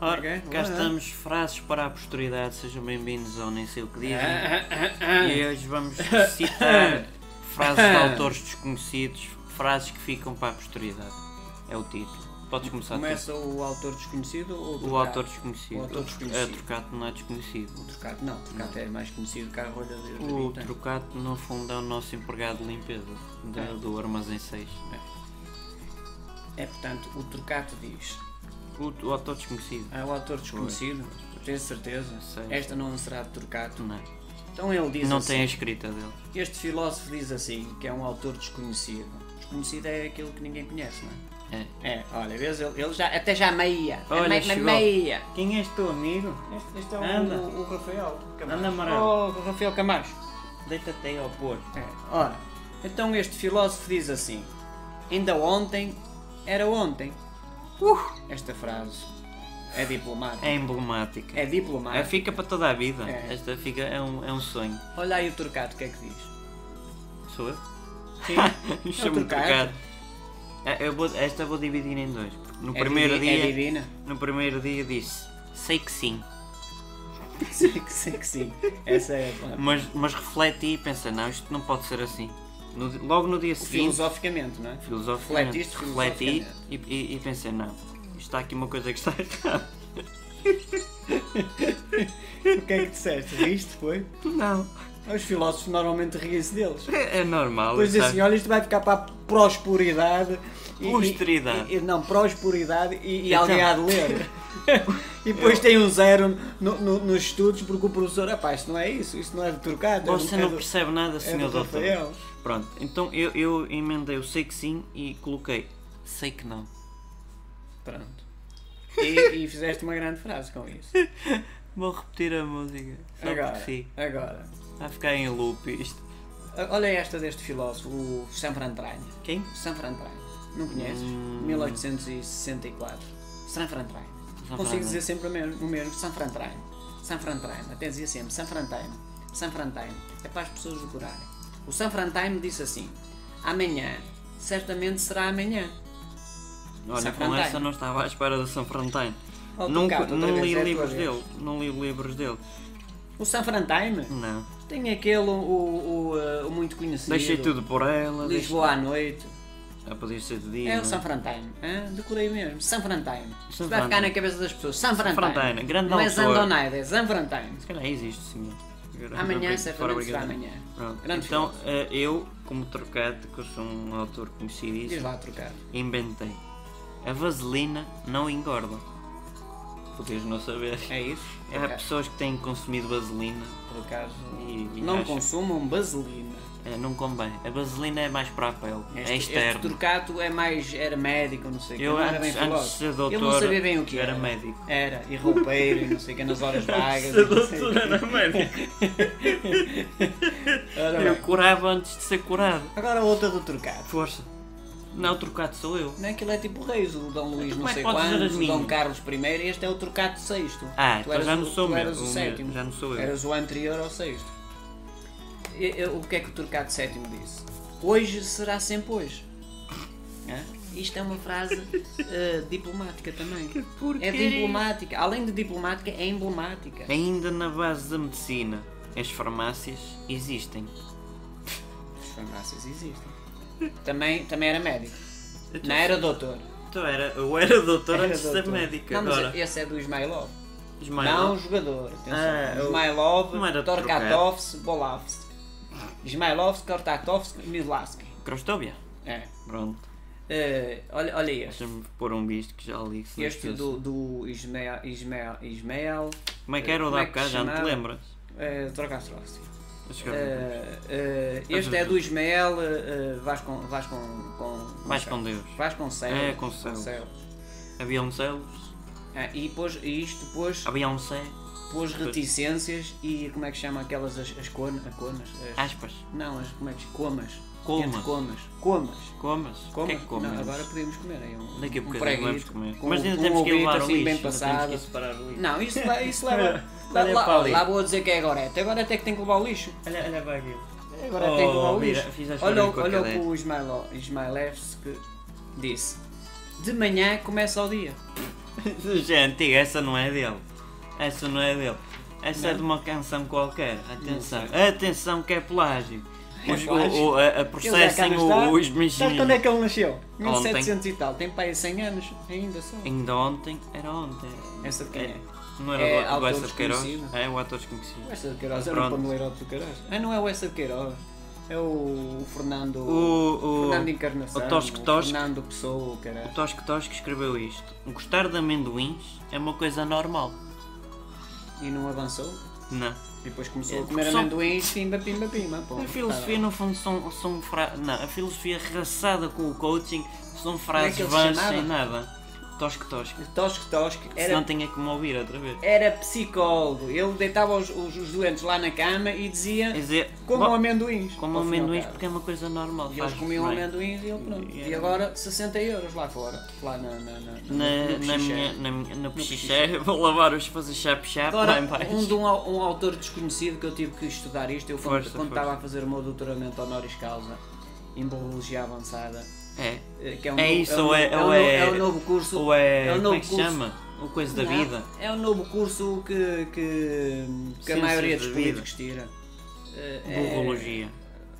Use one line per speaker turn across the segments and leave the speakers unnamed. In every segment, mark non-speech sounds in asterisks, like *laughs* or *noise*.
Ora,
Ok,
cá
olá.
estamos, frases para a posteridade, sejam bem-vindos ao Nem Sei O Que Dizem. E hoje vamos *laughs* citar frases de autores desconhecidos, frases que ficam para a posteridade. É o título. Podes começar tu.
Começa o autor desconhecido ou
O
Turcato?
autor desconhecido.
O autor
A
desconhecido.
Trocato não é desconhecido.
Turcato, não, Turcato é mais conhecido que a rolha de
O
Rita.
Trocato não fundou é o nosso empregado de limpeza da-
É.
do Armazém 6.
É portanto, o Turcato diz.
O, o autor desconhecido.
Ah, o autor desconhecido, tenho certeza.
Sei.
Esta não será de Turcato.
Não, é?
Então ele diz
Não
assim.
tem a escrita dele.
Este filósofo diz assim, que é um autor desconhecido. Desconhecido é aquilo que ninguém conhece, não é?
É.
É, olha, vês, ele, ele já, até já meia. É
Olha,
meia,
chegou.
meia.
Quem és teu amigo?
Este, este é
Anda.
o, o Rafael Camacho.
Anda, Amaral.
Oh, Rafael Camacho.
Deita-te aí ao porto.
É, ora, então este filósofo diz assim: Ainda ontem era ontem. Uh, esta frase é diplomática.
É emblemática.
É
Ah,
diplomática.
fica para toda a vida.
É.
Esta fica é um, é um sonho.
Olha aí o Turcato, o que é que diz? É
Sou eu? *laughs*
Sim. um
Chamo-me
Turcato.
Turcato. Ah, eu vou- esta vou dividir em dois. porque No
É
primeiro
divi- É
dia,
divina? *laughs*
no primeiro dia disse sei que sim,
Sei que sei que sim. Essa é a palavra.
mas mas refleti e pensei não isto não pode ser assim. No di- logo no dia seguinte
Filosoficamente, não é?
filosoficamente,
Refletiste
refleti e, e, e pensei não isto está aqui uma coisa que está *laughs* errada.
O que é que disseste? Isto foi?
Não
Os filósofos normalmente riem-se deles.
é, é normal.
Pois é,
sabe?
senhor, isto vai ficar para a prosperidade. e-
Posteridade.
e- e- não, prosperidade e, e
Então.
alguém há de
*laughs*
ler. e depois tem um zero no- no- nos estudos porque o professor, rapaz, isto não é isso, isto não é de trocado. é do-
Você
é
não
do-
percebe nada, senhor
do
doutor.
Rafael.
Pronto, então eu, eu emendei o sei que sim e coloquei sei que não.
Pronto. E, e fizeste uma grande frase com isso.
Vou repetir a música. Só
Agora,
porque sim.
agora.
Vai ficar em loop isto.
O- Olha esta deste filósofo, o Sanfrantrain.
Quem?
Sanfrantrain. Não conheces?
Hum.
1864. Sanfrantrain.
Sanfrantrain.
Consigo dizer sempre o mesmo, o mesmo. Sanfrantrain. Sanfrantrain. Até dizia sempre Sanfrantrain. Sanfrantrain. É para as pessoas decorarem. O Sanfrantrain disse assim: Amanhã, certamente será amanhã.
Olha, com
Sanfrantaine.
essa não estava à espera do San Frontaine.
Ó,
Nunca,
Ricardo, outra
não
vez, é
li
a tua
livros
vez.
dele. Não li livros dele.
O Sanfrantrain
Não.
tem aquele, o, o, eh, o muito conhecido.
Deixei tudo por ela. deixei-
Lisboa à noite.
Ah, podia ser de dia.
É o
não
San Frantine, hã? decorei mesmo. San Frantine. Isto vai
Frantine.
ficar na cabeça das pessoas. San Frantine.
Frantine, grande
Não é
autor.
Zandonaide, é San Frantine.
Se calhar existe, sim. Agora-
Amanhã,
fora
certamente será
brincadeira.
amanhã.
Pronto.
Grande
então, eh, eu, como trocado, que eu sou um autor
Diz
conhecidíssimo,
lá trocar.
inventei. A vaselina não engorda. Podias não saber.
É isso? Por
É, há
acaso-
pessoas que têm consumido vaselina.
Por acaso.
E- e
um não um
acho-
consumam vaselina.
É, não convém. A vaselina é mais para a pele. é
Este, este
*laughs* externo.
Turcato é mais. era médico, não sei o que.
eu
não era bem
antes, antes de
filósofo.
ser doutor,
Ele não sabia bem o que
era
era.
médico.
Era, e roupeiro, e não sei o que, nas horas vagas.
*laughs* Ser
e não sei o
doutor
quê.
era médico.
Ora
Eu
bem.
curava antes de ser curado.
Agora outra do Turcato.
Força. Não, trocado sou eu.
Não é que ele é tipo reis, o Dom Luís não
Então como é
sei
que podes dizer
quantos,
as
o Dom
minhas?
Carlos I, e este é o trocado sexto.
Ah,
Tu
então
eras
já não
o-
sou
tu
meu,
eras
o
o
meu,
sétimo.
já não sou eu.
Eras o anterior ao sexto. E- e- o que é que o trocado sétimo disse? Hoje será sempre hoje. Hã? Isto é uma
*laughs*
frase eh, diplomática também. É
porcaria.
diplomática. Além de diplomática, é emblemática.
Ainda na base da medicina, as farmácias existem.
As farmácias existem. Também, também era médico. Não era doutor.
Então era, eu era doutor
Era
antes de ser
doutor.
médico.
Não, mas
agora,
esse é do Ismailov. Não um
Ismael,
jogador, atenção.
Ah, eu-
Ismailov,
Como era de
Torkatovs, Bolavs. Ismailov, Torkatovs, Milaski.
Crostovia.
É.
Pronto,
Eh, olha, olha este.
deixa-me pôr um bicho que já li. se não
Este do,
esqueço.
do Ismael, Ismael, Ismael
Como é que era o
Como
da
é que
bocado? Já não te
chamava?
lembras?
eh, Torkatovs.
Eu
Eh,
chegava-
eh, este é do Ismael eh, eh, Vascon, Vascon, com,
Vasconcelos.
Vasconcelos.
É, Concelos.
É-
Havia um céu,
Ah, e pôs, e isto pôs,
havia um céu,
pôs reticências e como é que chama aquelas as, as cona- conas? As-
aspas,
Não, as como é que se- comas.
Comas.
Entre comas. Comas.
comas, o que é
Comas.
que comes?
Não, agora podemos comer aí um.
Daqui a
um
bocadinho vamos
preguito
comer.
com
Mas ainda
um
temos que ir
ovito
levar o
assim
lixo,
bem
ainda
passado.
temos que ir separar o lixo.
Não, isso, lá- isso leva. lá,
*laughs* Olha
lá-
para ali.
lá vou dizer que é agorete. Agora até que tem que levar o lixo.
Olha, olha para aqui.
Agora
Oh,
tem que levar o lixo. olha,
olha,
o- olha o que
o
o Ismailo- Ismailevski disse. De manhã começa o dia.
*laughs* Já é antiga, essa não é dele. Essa não é dele. Essa é de uma canção qualquer. Atenção, atenção que é plágio. Os,
É plágio?
o- o- a, a
Ele já cá
processem
não
o-
está.
os
Sabe quando é
beijinhos.
que ele nasceu?
Ontem.
1700 e tal. Tem para aí 100 anos ainda só.
Ainda ontem, era ontem.
Essa de quem é?
Não era
É
do- do,
autor
Essa de Queiroz?
desconhecido.
É, o ator desconhecido.
Essa de Queiroz era o
Pronto.
paneleiro do Queiroz. Ah, não é o Essa de Queiroz. É o, o Fernando.
O, o,
Fernando Encarnação.
o Tosco Tosco.
Fernando Pessoa, caralho.
o Tosco Tosco escreveu isto. Gostar de amendoins é uma coisa normal.
E não avançou.
Não.
E depois começou
É,
a comer
só- É
amendoins, pimba, pimba, pimba. Pô, Tá
A filosofia, no fundo, são, são frases. Não, a filosofia arrasada com o coaching são frases
é eles
vãs
chamavam?
sem nada. Tosco, tosco.
O Tosco Tosco
Senão
era,
tinha que me ouvir outra vez.
era psicólogo. Ele deitava os, os, os doentes lá na cama e dizia:
Quer dizer,
Comam
bom,
amendoins.
como
Ao fim e ao
amendoins
cabo.
porque é uma coisa normal.
E eles
faz-vos
comiam
bem.
amendoins e eu pronto.
E- é.
E agora 60 euros lá fora. Lá na. na, na,
Na,
no
na
Pichiché.
minha, na minha na pichiché, *laughs* vou lavar os fazer chap-chap lá
Agora,
em baixo.
um, de um, au- um autor desconhecido que eu tive que estudar isto, eu quando,
Força,
quando
força.
estava a fazer o meu doutoramento honoris causa em biologia avançada,
É.
eh, que é um
É
novo-
isso,
um
ou é-
novo-
ou
um
é-
novo- é um novo curso.
Ou é.
é o
como é
novo
que se
curso.
chama? O coisa da
Não,
vida.
É um novo curso que, que, que a
Ciências
maioria
da
dos
vida.
políticos tira. Eh, é-
Burrologia.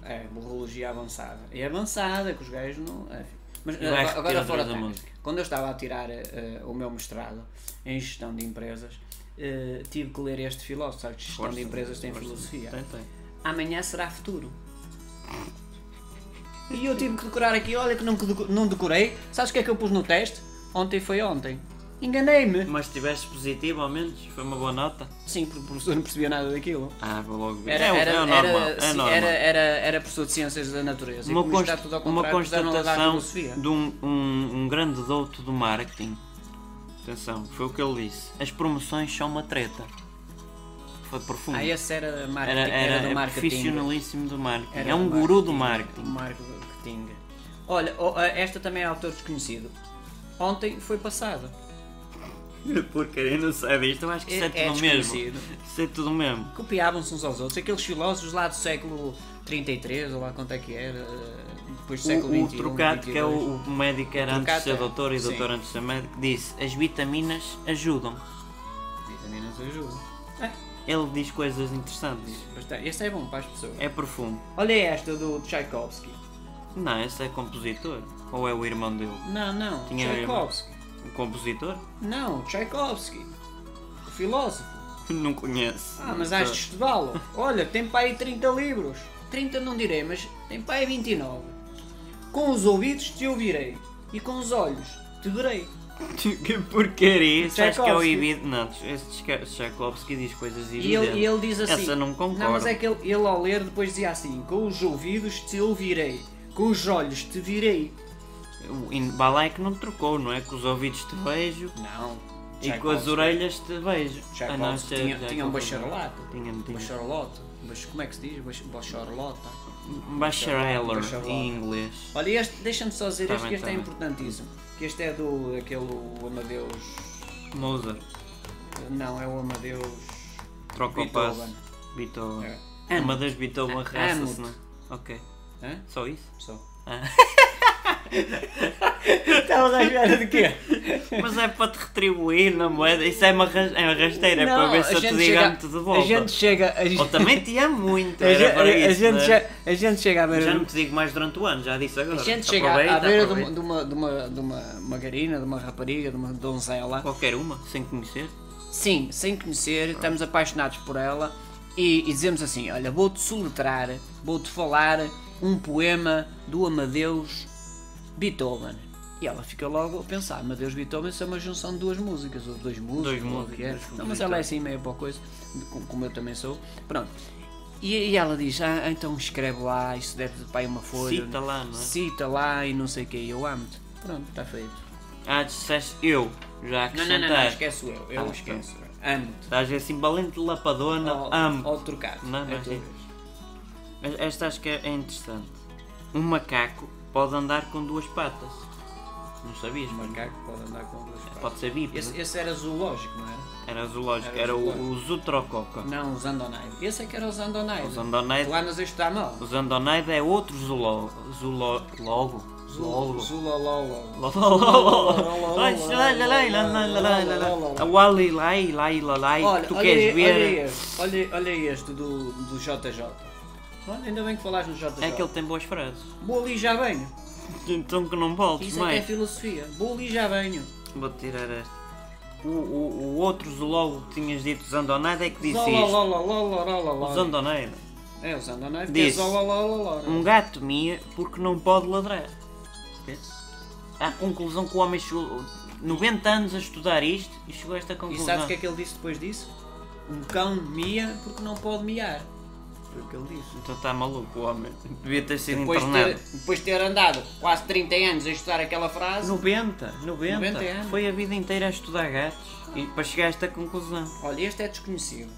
É, burrologia avançada. É avançada, que os gajos não. é, enfim. Mas
E vai
agora-
é repetir
agora
outra
fora
vez a
de tema.
música.
Quando eu estava a tirar eh, o meu mestrado em gestão de empresas, eh, tive que ler este filósofo, sabes? que Gestão
Força,
de empresas tem
força.
filosofia.
Tem, tem.
Amanhã será futuro. E eu tive que decorar aqui, olha que não, que deco- não decorei. Sabes o que é que eu pus no teste? Ontem foi ontem. Enganei-me.
Mas tiveste positivo ao menos? Foi uma boa nota?
Sim, porque o professor não percebia nada daquilo.
Ah, vou logo ver.
Era,
é, o-
era,
é o
era,
normal. é
sim,
normal.
era, era, era professor de Ciências da Natureza.
uma,
e como isto
const-
está tudo ao
uma
contrário, puseram lá da
constatação
filosofia.
de um, um, um grande douto do marketing. Atenção, foi o que ele disse. As promoções são uma treta. Foi profundo.
Ah, esse era,
era,
marketing,
era,
era, do
é
marketing.
profissionalíssimo do marketing.
Era
é um
do
guru do
O
marketing.
Marketing. Olha, oh, ah, esta também é autor desconhecido. Ontem foi passado.
*laughs* Porque eu não sei disto, eu acho que isso é, tudo o mesmo.
desconhecido.
Isso é tudo o mesmo.
Copiavam-se uns aos outros. Aqueles filósofos lá do século 33, ou lá quanto é que era, ah, depois do século
O, o
21,
Trocado, que é
22.
o, o médico era
O
antes de ser
Trocado é-
doutor e
sim.
doutor antes de ser médico, disse as vitaminas ajudam.
Vitaminas ajudam. Ah,
Ele diz coisas interessantes.
bastante. Este é bom para as pessoas.
É profundo.
Olha esta do Tchaikovsky.
Não, esse é compositor. Ou é o irmão dele?
Não, não.
Tinha
Tchaikovsky.
O compositor? *laughs*
Não, Tchaikovsky. O filósofo.
Não conheço.
Ah, mas has de estudá-lo. *laughs* Olha, tem para aí 30 livros. 30 não direi, mas tem para aí 29. Com os ouvidos te ouvirei e com os olhos te verei.
*laughs* Que porcaria! Isso acho que é o
Tchaikovsky.
evidente. Não, esse Tchaikovsky- Tchaikovsky diz coisas
E ele,
evidentes.
e ele diz assim.
Essa não concordo.
Não, mas é que ele, ele ao ler depois dizia assim: Com os ouvidos te ouvirei, com os olhos te virei.
O in- Vá lá é que não trocou, não é? Com os ouvidos te vejo
Não.
e com as orelhas te vejo. Ah,
Tchaikovsky
não, isso é-
tinha,
já
tinha um
confuso.
bacharelato.
Tinha, tinha.
Bacharelota. Bach- Como é que se diz? Bach- Bacharelota.
Bachelor
Bachelor.
Um em inglês.
Olha, este, deixa-me só dizer
Tá
este,
bem,
que este
tá
é
bem.
importantíssimo. Que este é do aquele Amadeus.
Mozart.
Não, é o Amadeus.
Troca o passo.
Beethoven.
Beethoven.
É.
Uma das Beethoven
Ah,
raças,
amo-te.
não é? Ok.
Hã?
Só isso?
*laughs* Só.
Ah.
Estavas à espera de quê?
Mas é para te retribuir na moeda. Isso é uma, ras- é uma rasteira, é para ver se eu te digo amo-te de volta.
A gente chega. A gente,
Ou também te amo
*laughs*
muito.
a,
Era
gente,
para
a,
isso,
gente,
né?
chega, a gente chega à
Já
beira.
não te digo mais durante o ano, já disse agora.
A gente chega à
Aproveita,
beira de uma,
aproveita.
de, uma, de, uma, de uma margarina, de uma rapariga, de uma donzela.
Qualquer uma, sem conhecer.
Sim, sem conhecer, estamos apaixonados por ela e, e dizemos assim: olha, vou-te soletrar, vou-te falar um poema do Amadeus Beethoven. E ela fica logo a pensar: Amadeus Beethoven isso é uma junção de duas músicas, ou dois músicos.
Dois
ou o
músicos,
que é.
dois
Não, mas ela é assim meio pouca coisa, como- como eu também sou. Pronto. E, e ela diz: ah, então escreve lá, isso deve para aí uma folha.
Cita lá, não é?
Cita lá e não sei o que, eu amo-te. Pronto, está feito.
Ah, disseste eu.
Não,
Já
não,
acrescentaste.
não, não, esqueço eu, eu
Ah,
esqueço. Amo-te.
Estás assim, valente lapadona.
Ou-
Amo.
Ou trocado.
Não, assim. não,
É a tua
sim.
vez.
Mas Esta acho que é é interessante. Um macaco pode andar com duas patas. Não sabias?
Um
mas
macaco pode andar com duas patas.
É, Pode ser bípede.
Esse, esse era zoológico, não era?
Era zoológico.
Era
Era o,
zoológico. Hum.
o Zootrococa.
Não, os andonais. Esse é que era os andonais.
Os Andonaide
Tu andas a estudar mal.
Os Andonaide é outro zoolo- zoolo- logo Logo.
Zula Lola.
Awali lai lai lai
Olha,
que tu
olha,
queres
aí- olha,
ver
este, olha, olha este do, do JJ. Olha, ainda bem que falaste no JJ.
é que ele tem boas frases
Vou ali e já venho.
então que não voltes
Isso é que é
mais
filosofia. Vou ali e já venho.
vou tirar esta o, o, o outro zoólogo que tinhas dito Zandoneira é que disse isto o
Zolololololololol.
Zandoneira
É, o Zandonaif.
Disse. um
Zolololololol.
gato mia porque não pode ladrar à conclusão que o homem chegou 90 anos a estudar isto e chegou a esta
E
conclusão
sabes o que é que ele disse depois disso? Um cão mia porque não pode miar. Foi o que ele disse.
então está maluco o homem devia ter sido
Depois de,
internado
ter, depois de ter andado quase 30 anos a estudar aquela frase,
90, 90.
90 anos.
Foi a vida inteira a estudar gatos e para chegar a esta conclusão.
olha, este é desconhecido.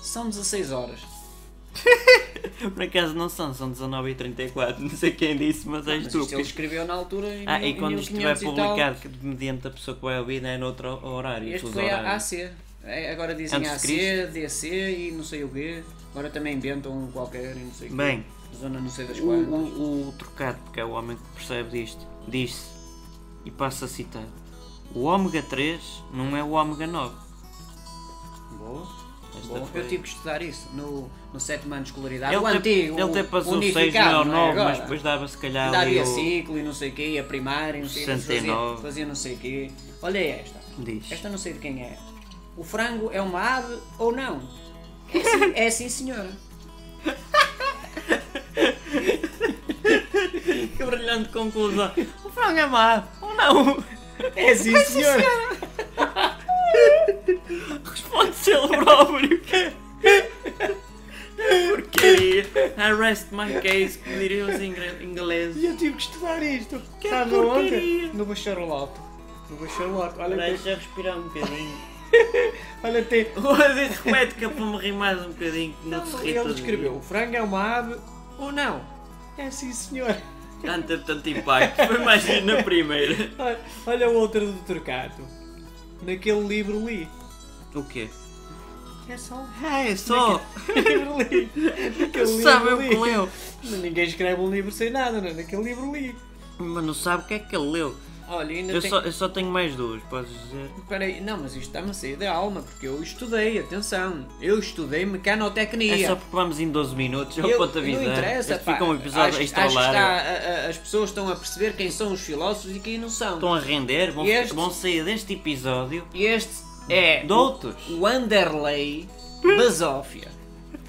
São 16 horas.
Por acaso não são, são 19 e 34, não sei quem disse, mas é
Mas isto ele
estúpido.
escreveu na altura em
Ah,
mil-
e
em
quando isto estiver
1500 e tal.
publicado, que mediante a pessoa que vai ouvir, é noutro horário.
Este
fuso
foi a
horário.
AC. É, Agora dizem
Antes de
AC, DC e não sei o quê. Agora também inventam um qualquer e não sei o quê.
Bem.
Zona não sei das
O,
quantas.
o, o trocado, porque é o homem que percebe disto, disse, e passa a citar: O ômega 3 não é o ômega 9.
Boa.
Esta
Boa.
foi-
Eu tive que estudar isso no, no sétimo ano de escolaridade.
ele
Ah, o
até,
antigo.
ele até passou
o
6, não é
unificado,
o 9,
agora?
mas depois dava se calhar
Ainda
ali
havia
o-
ciclo e não sei o quê, a primária, e não sei o quê, depois fazia,
69.
fazia não sei o quê. Olha esta.
Diz.
Esta não sei de quem é. O frango é uma ave ou não? É sim, é sim senhora.
*laughs* Que brilhante conclusão. O frango é má, ou não?
É sim senhora.
Responde-se ele próprio. Porcaria. I rest my case, que diriam os ingre-
E
ingleses.
eu tive que estudar isto.
Que
Sabe
porcaria.
onde? No bacharelato. No bacharelato. Olha, que-
Deixa eu respirar um bocadinho.
*laughs* olha tem.
Olha, repete que é para me rir mais um bocadinho, que não, se ri
Ele
todo
descreveu, o frango é uma ave ou não? É sim senhor.
dia. Tanto, tanto impacto. Foi mais giro
*laughs*
na primeira.
Olha, olha o outro do Turcato. Naquele livro li.
O quê?
É só.
É, só.
*laughs* Livro li. Naquele livro
Sabe o
li.
que leu.
Ninguém escreve um livro sem nada, não é? Naquele livro li.
Mas não sabe o que é que ele leu.
Olha, ainda
Eu
tem...
só, eu só tenho mais duas, podes dizer?
Peraí, não, mas isto está-me a sair da alma, porque eu estudei, atenção. Eu estudei mecanotecnia.
É só porque vamos em 12 minutos, é eu,
Eu-
para te avisar.
Não interessa,
Este
pá.
fica um episódio
acho,
extra
acho que
largo.
está, a- a- as pessoas estão a perceber quem são os filósofos e quem não são.
Estão a render, vão,
E este?
vão sair deste episódio
E Este é
doutos.
o Anderley Basófia.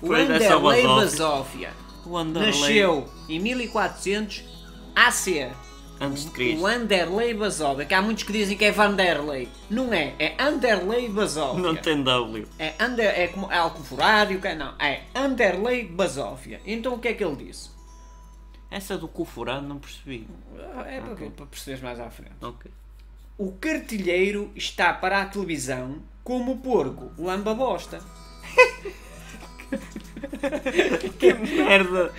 O
Pois é, só
Anderley
Basófia.
Basófia
O Anderley,
nasceu em 1400 AC.
antes de
O
Cristo.
Anderley Basófia, que há muitos que dizem que é Vanderlei. Não é, é Anderley Basófia.
Não tem W.
É, under, é como é Alcoforado e o que não. É Anderley Basófia. Então o que é que ele disse?
Essa do cu furado não percebi.
É para, para perceberes mais à frente.
Ok.
O cartilheiro está para a televisão como o porco lamba bosta.
*laughs* Que merda!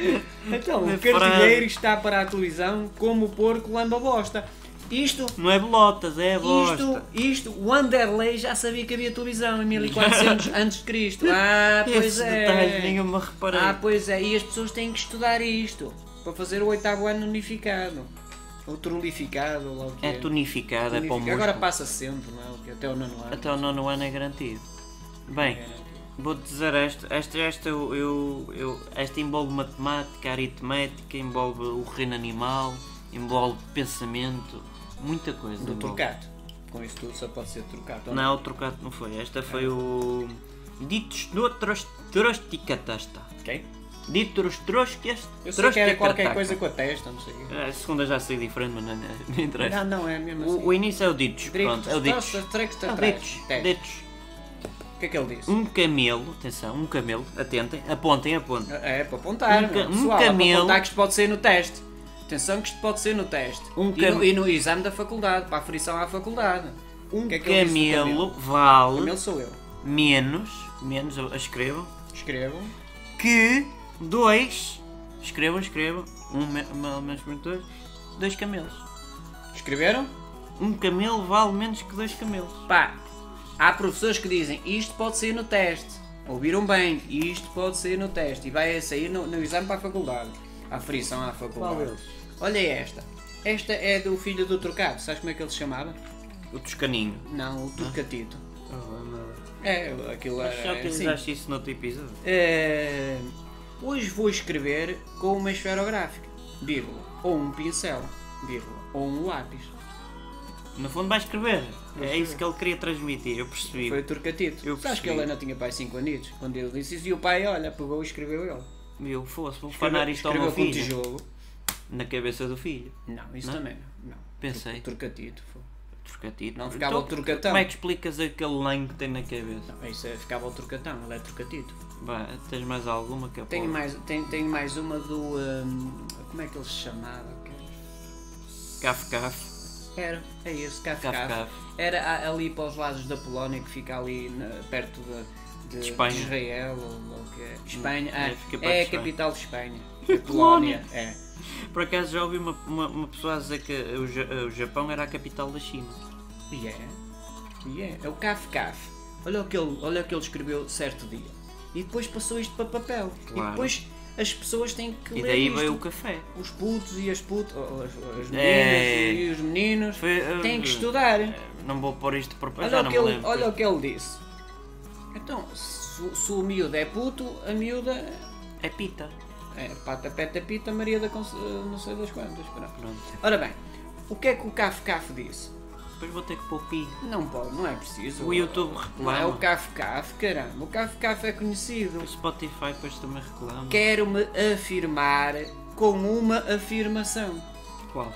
Então,
Na
o
frase.
cartilheiro está para a televisão como o porco lamba bosta. Isto,
Não é bolotas, é bosta.
isto, isto, o Anderley já sabia que havia televisão em
*laughs*
1400 antes de Cristo. Ah, pois
Esses
é.
detalhes nenhum me reparei.
Ah, pois é, e as pessoas têm que estudar isto para fazer o oitavo ano unificado. Ou trulificado, ou lá o que
é tonificado, é para o
Unificado.
músculo.
Agora passa sempre, não é? O quê? Até o nono ano. É,
Até o nono ano é garantido. Bem, vou-te dizer esta. Esta, esta, eu, eu, eu- esta envolve matemática, aritmética, envolve o reino animal, envolve pensamento, muita coisa.
Do
envolve.
Turcato. Com isso tudo só pode ser Turcato.
Não, o trocado não foi. Esta foi o. Ditos no tros- trosticatasta.
Ok?
Ditos troscas.
Eu sei que era qualquer
trosticataca.
coisa com a testa, não sei.
É, A segunda já sei diferente, mas não, não interessa.
Não, não, é mesmo assim.
O, o início é o ditos. Pronto, é o ditos.
Tricos, tricos,
É o
trás,
ditos.
teste.
Ditos.
O que é que ele disse?
Um camelo, atenção, um camelo, atentem, apontem, apontem.
É, é para apontar,
Um ca-
meu.
um
pessoal, é para
camelo.
apontar que isto pode ser no teste. Atenção que isto pode ser no teste.
Um
e,
cam-
no, e no exame da faculdade, para a frição à faculdade.
Um
O que é que ele disse do camelo?
camelo vale
Camelo sou eu.
menos, menos, eu- eu escrevo,
Escrevo.
que dois, escrevam, escrevam, um me- me- menos por dois, dois camelos.
Escreveram?
Um camelo vale menos que dois camelos.
Pá, há professores que dizem isto pode sair no teste. Ouviram bem, isto pode sair no teste e vai sair no, no exame para a faculdade. A frição à faculdade.
Qual deles?
Olha esta. Esta é do filho do Turcado, sabes como é que ele se chamava?
O Toscaninho.
Não, o Turcatito.
Ah, Mas
É, aquilo era.
já
assim.
utilizaste isso noutro episódio?
É, hoje vou escrever com uma esferográfica, vírgula, ou um pincel, vírgula, ou um lápis.
No fundo vai escrever. É isso que ele queria transmitir, eu percebi.
Foi o Turcatito.
Eu
Sabes que
percebi.
ele ainda tinha pai 5 anos quando ele disse isso e o pai, olha, pegou e escreveu ele.
E Eu fosse, vou
Escreveu-
fanar isto ao meu
escreveu com
filho.
tijolo.
Na cabeça do filho.
Não, isso
Não?
também não. não.
Pensei.
Turcatito. foi.
Trocatito.
Não ficava um o trocatão.
Como é que explicas aquele lenho que tem na cabeça?
Não, isso é- ficava o Turcatão, ele é Turcatito.
Vá, tens mais alguma que eu
Tenho
posso-
mais, tenho, tenho mais uma do. hum, como é que ele se chamava? cara?
Caf caf.
Era, é esse, Caf
Caf,
Caf.
Caf.
Era a- ali para os lados da Polónia, que fica ali na- perto de, de-
De Espanha.
de Israel, ou ou o que é. Espanha,
é,
ah,
fica perto de
é a
Espanha.
capital de Espanha.
De
A Polónia. É.
Por acaso já ouvi uma, uma, uma pessoa a dizer que o, Ja- o Japão era a capital da China.
E é. E é. É o Caf Caf. Olha o, que ele, olha o que ele escreveu certo dia. E depois passou isto para papel. E
Claro.
depois as pessoas têm que
E
ler
daí
isto.
veio o café.
Os putos e as putas, as, as meninas
É.
e os meninos
Foi, uh,
têm que estudar.
eh, Não vou pôr isto por já
Olha,
não
o
me
que, ele,
lembro.
olha o que ele disse. Então, se, o- se o miúdo é puto, a miúda
É pita.
é pata, peta, pita, Maria da Conce... não sei das quantas. Pronto.
Pronto.
Ora bem, o que é que o Cafo Cafo disse?
Depois vou ter que pôr pi.
Não pode, não é preciso.
O YouTube
Não é
reclama.
o Cafo Cafo, caramba. O Cafo Cafo é conhecido.
O Spotify depois também reclama.
Quero-me afirmar com uma afirmação.
Qual?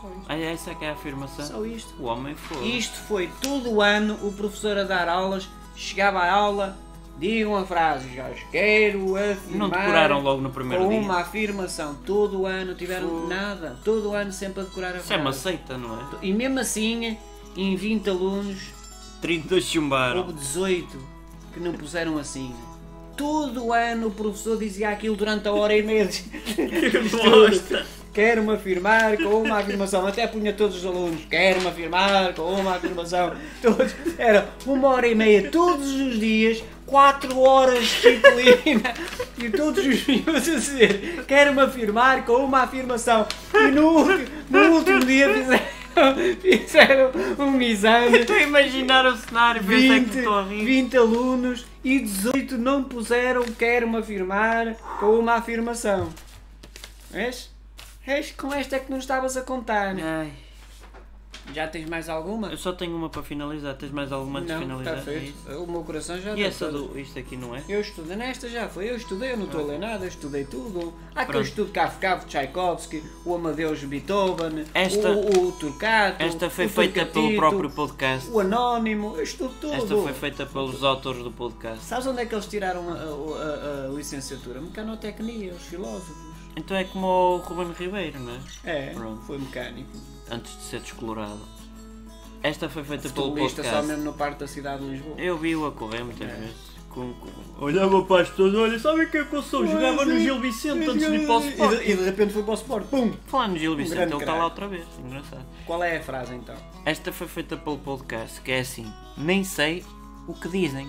Só isto.
Ah, essa é que é a afirmação.
Só isto.
O homem foi.
Isto foi todo ano o professor a dar aulas, chegava à aula, digam a frase, Jorge, quero afirmar.
Não decoraram logo no primeiro
com
dia?
uma afirmação, todo ano tiveram
Fogo.
nada, todo ano sempre a decorar a
Isso é uma
frase.
seita, não é?
E mesmo assim, em 20 alunos,
30 chumbaram.
houve 18 que não puseram assim. Todo ano o professor dizia aquilo durante a hora e meia.
bosta! *laughs*
Quero-me afirmar com uma afirmação. Até punha todos os alunos. Quero-me afirmar com uma afirmação. Todos. Era uma hora e meia todos os dias, quatro horas de disciplina. E todos os filmes a dizer: Quero-me afirmar com uma afirmação. E no, ulti- no último dia fizeram, fizeram um exame.
Estou a imaginar o cenário, por isso é que me
20,
estou a rir.
20 alunos e 18 não puseram quero-me afirmar com uma afirmação. Vês? Vês? Com esta é que não estavas a contar.
Ai,
Já tens mais alguma?
eu só tenho uma para finalizar. Tens mais alguma antes de
não,
finalizar?
está
É
feito.
isso?
O meu coração já
E
está
essa
todo.
do. Isto aqui não é?
Eu estudei nesta, já foi. Eu estudei, eu não estou a ler nada, eu estudei tudo. Há aquele
Pronto.
estudo Kafka, Tchaikovsky, o Amadeus Beethoven,
Esta-
o, o Turcato,
Esta foi
o
feita pelo
Turcatito,
próprio podcast.
O Anónimo, eu estudo tudo.
Esta foi feita pelos autores do podcast.
Sabes onde é que eles tiraram a, a- a- a licenciatura? Mecanotecnia, os filósofos.
Então é como o Ruben Ribeiro, não é?
É,
Pronto.
foi mecânico.
Antes de ser descolorado. Esta foi feita pelo
Futebolista só
podcast.
mesmo É. na parte da cidade de Lisboa.
Eu vi-o a correr muitas vezes. Com, com... Olhava para as pessoas, olha, sabem quem é que eu sou? Jogava no Gil Vicente antes de ir para o
e,
Sport.
de, e de repente foi para o Sport. Pum!
Falar no Gil Vicente,
Um grande
ele está lá
craque.
outra vez. Engraçado.
Qual é a frase então?
Esta foi feita pelo podcast, que é assim: nem sei o que dizem.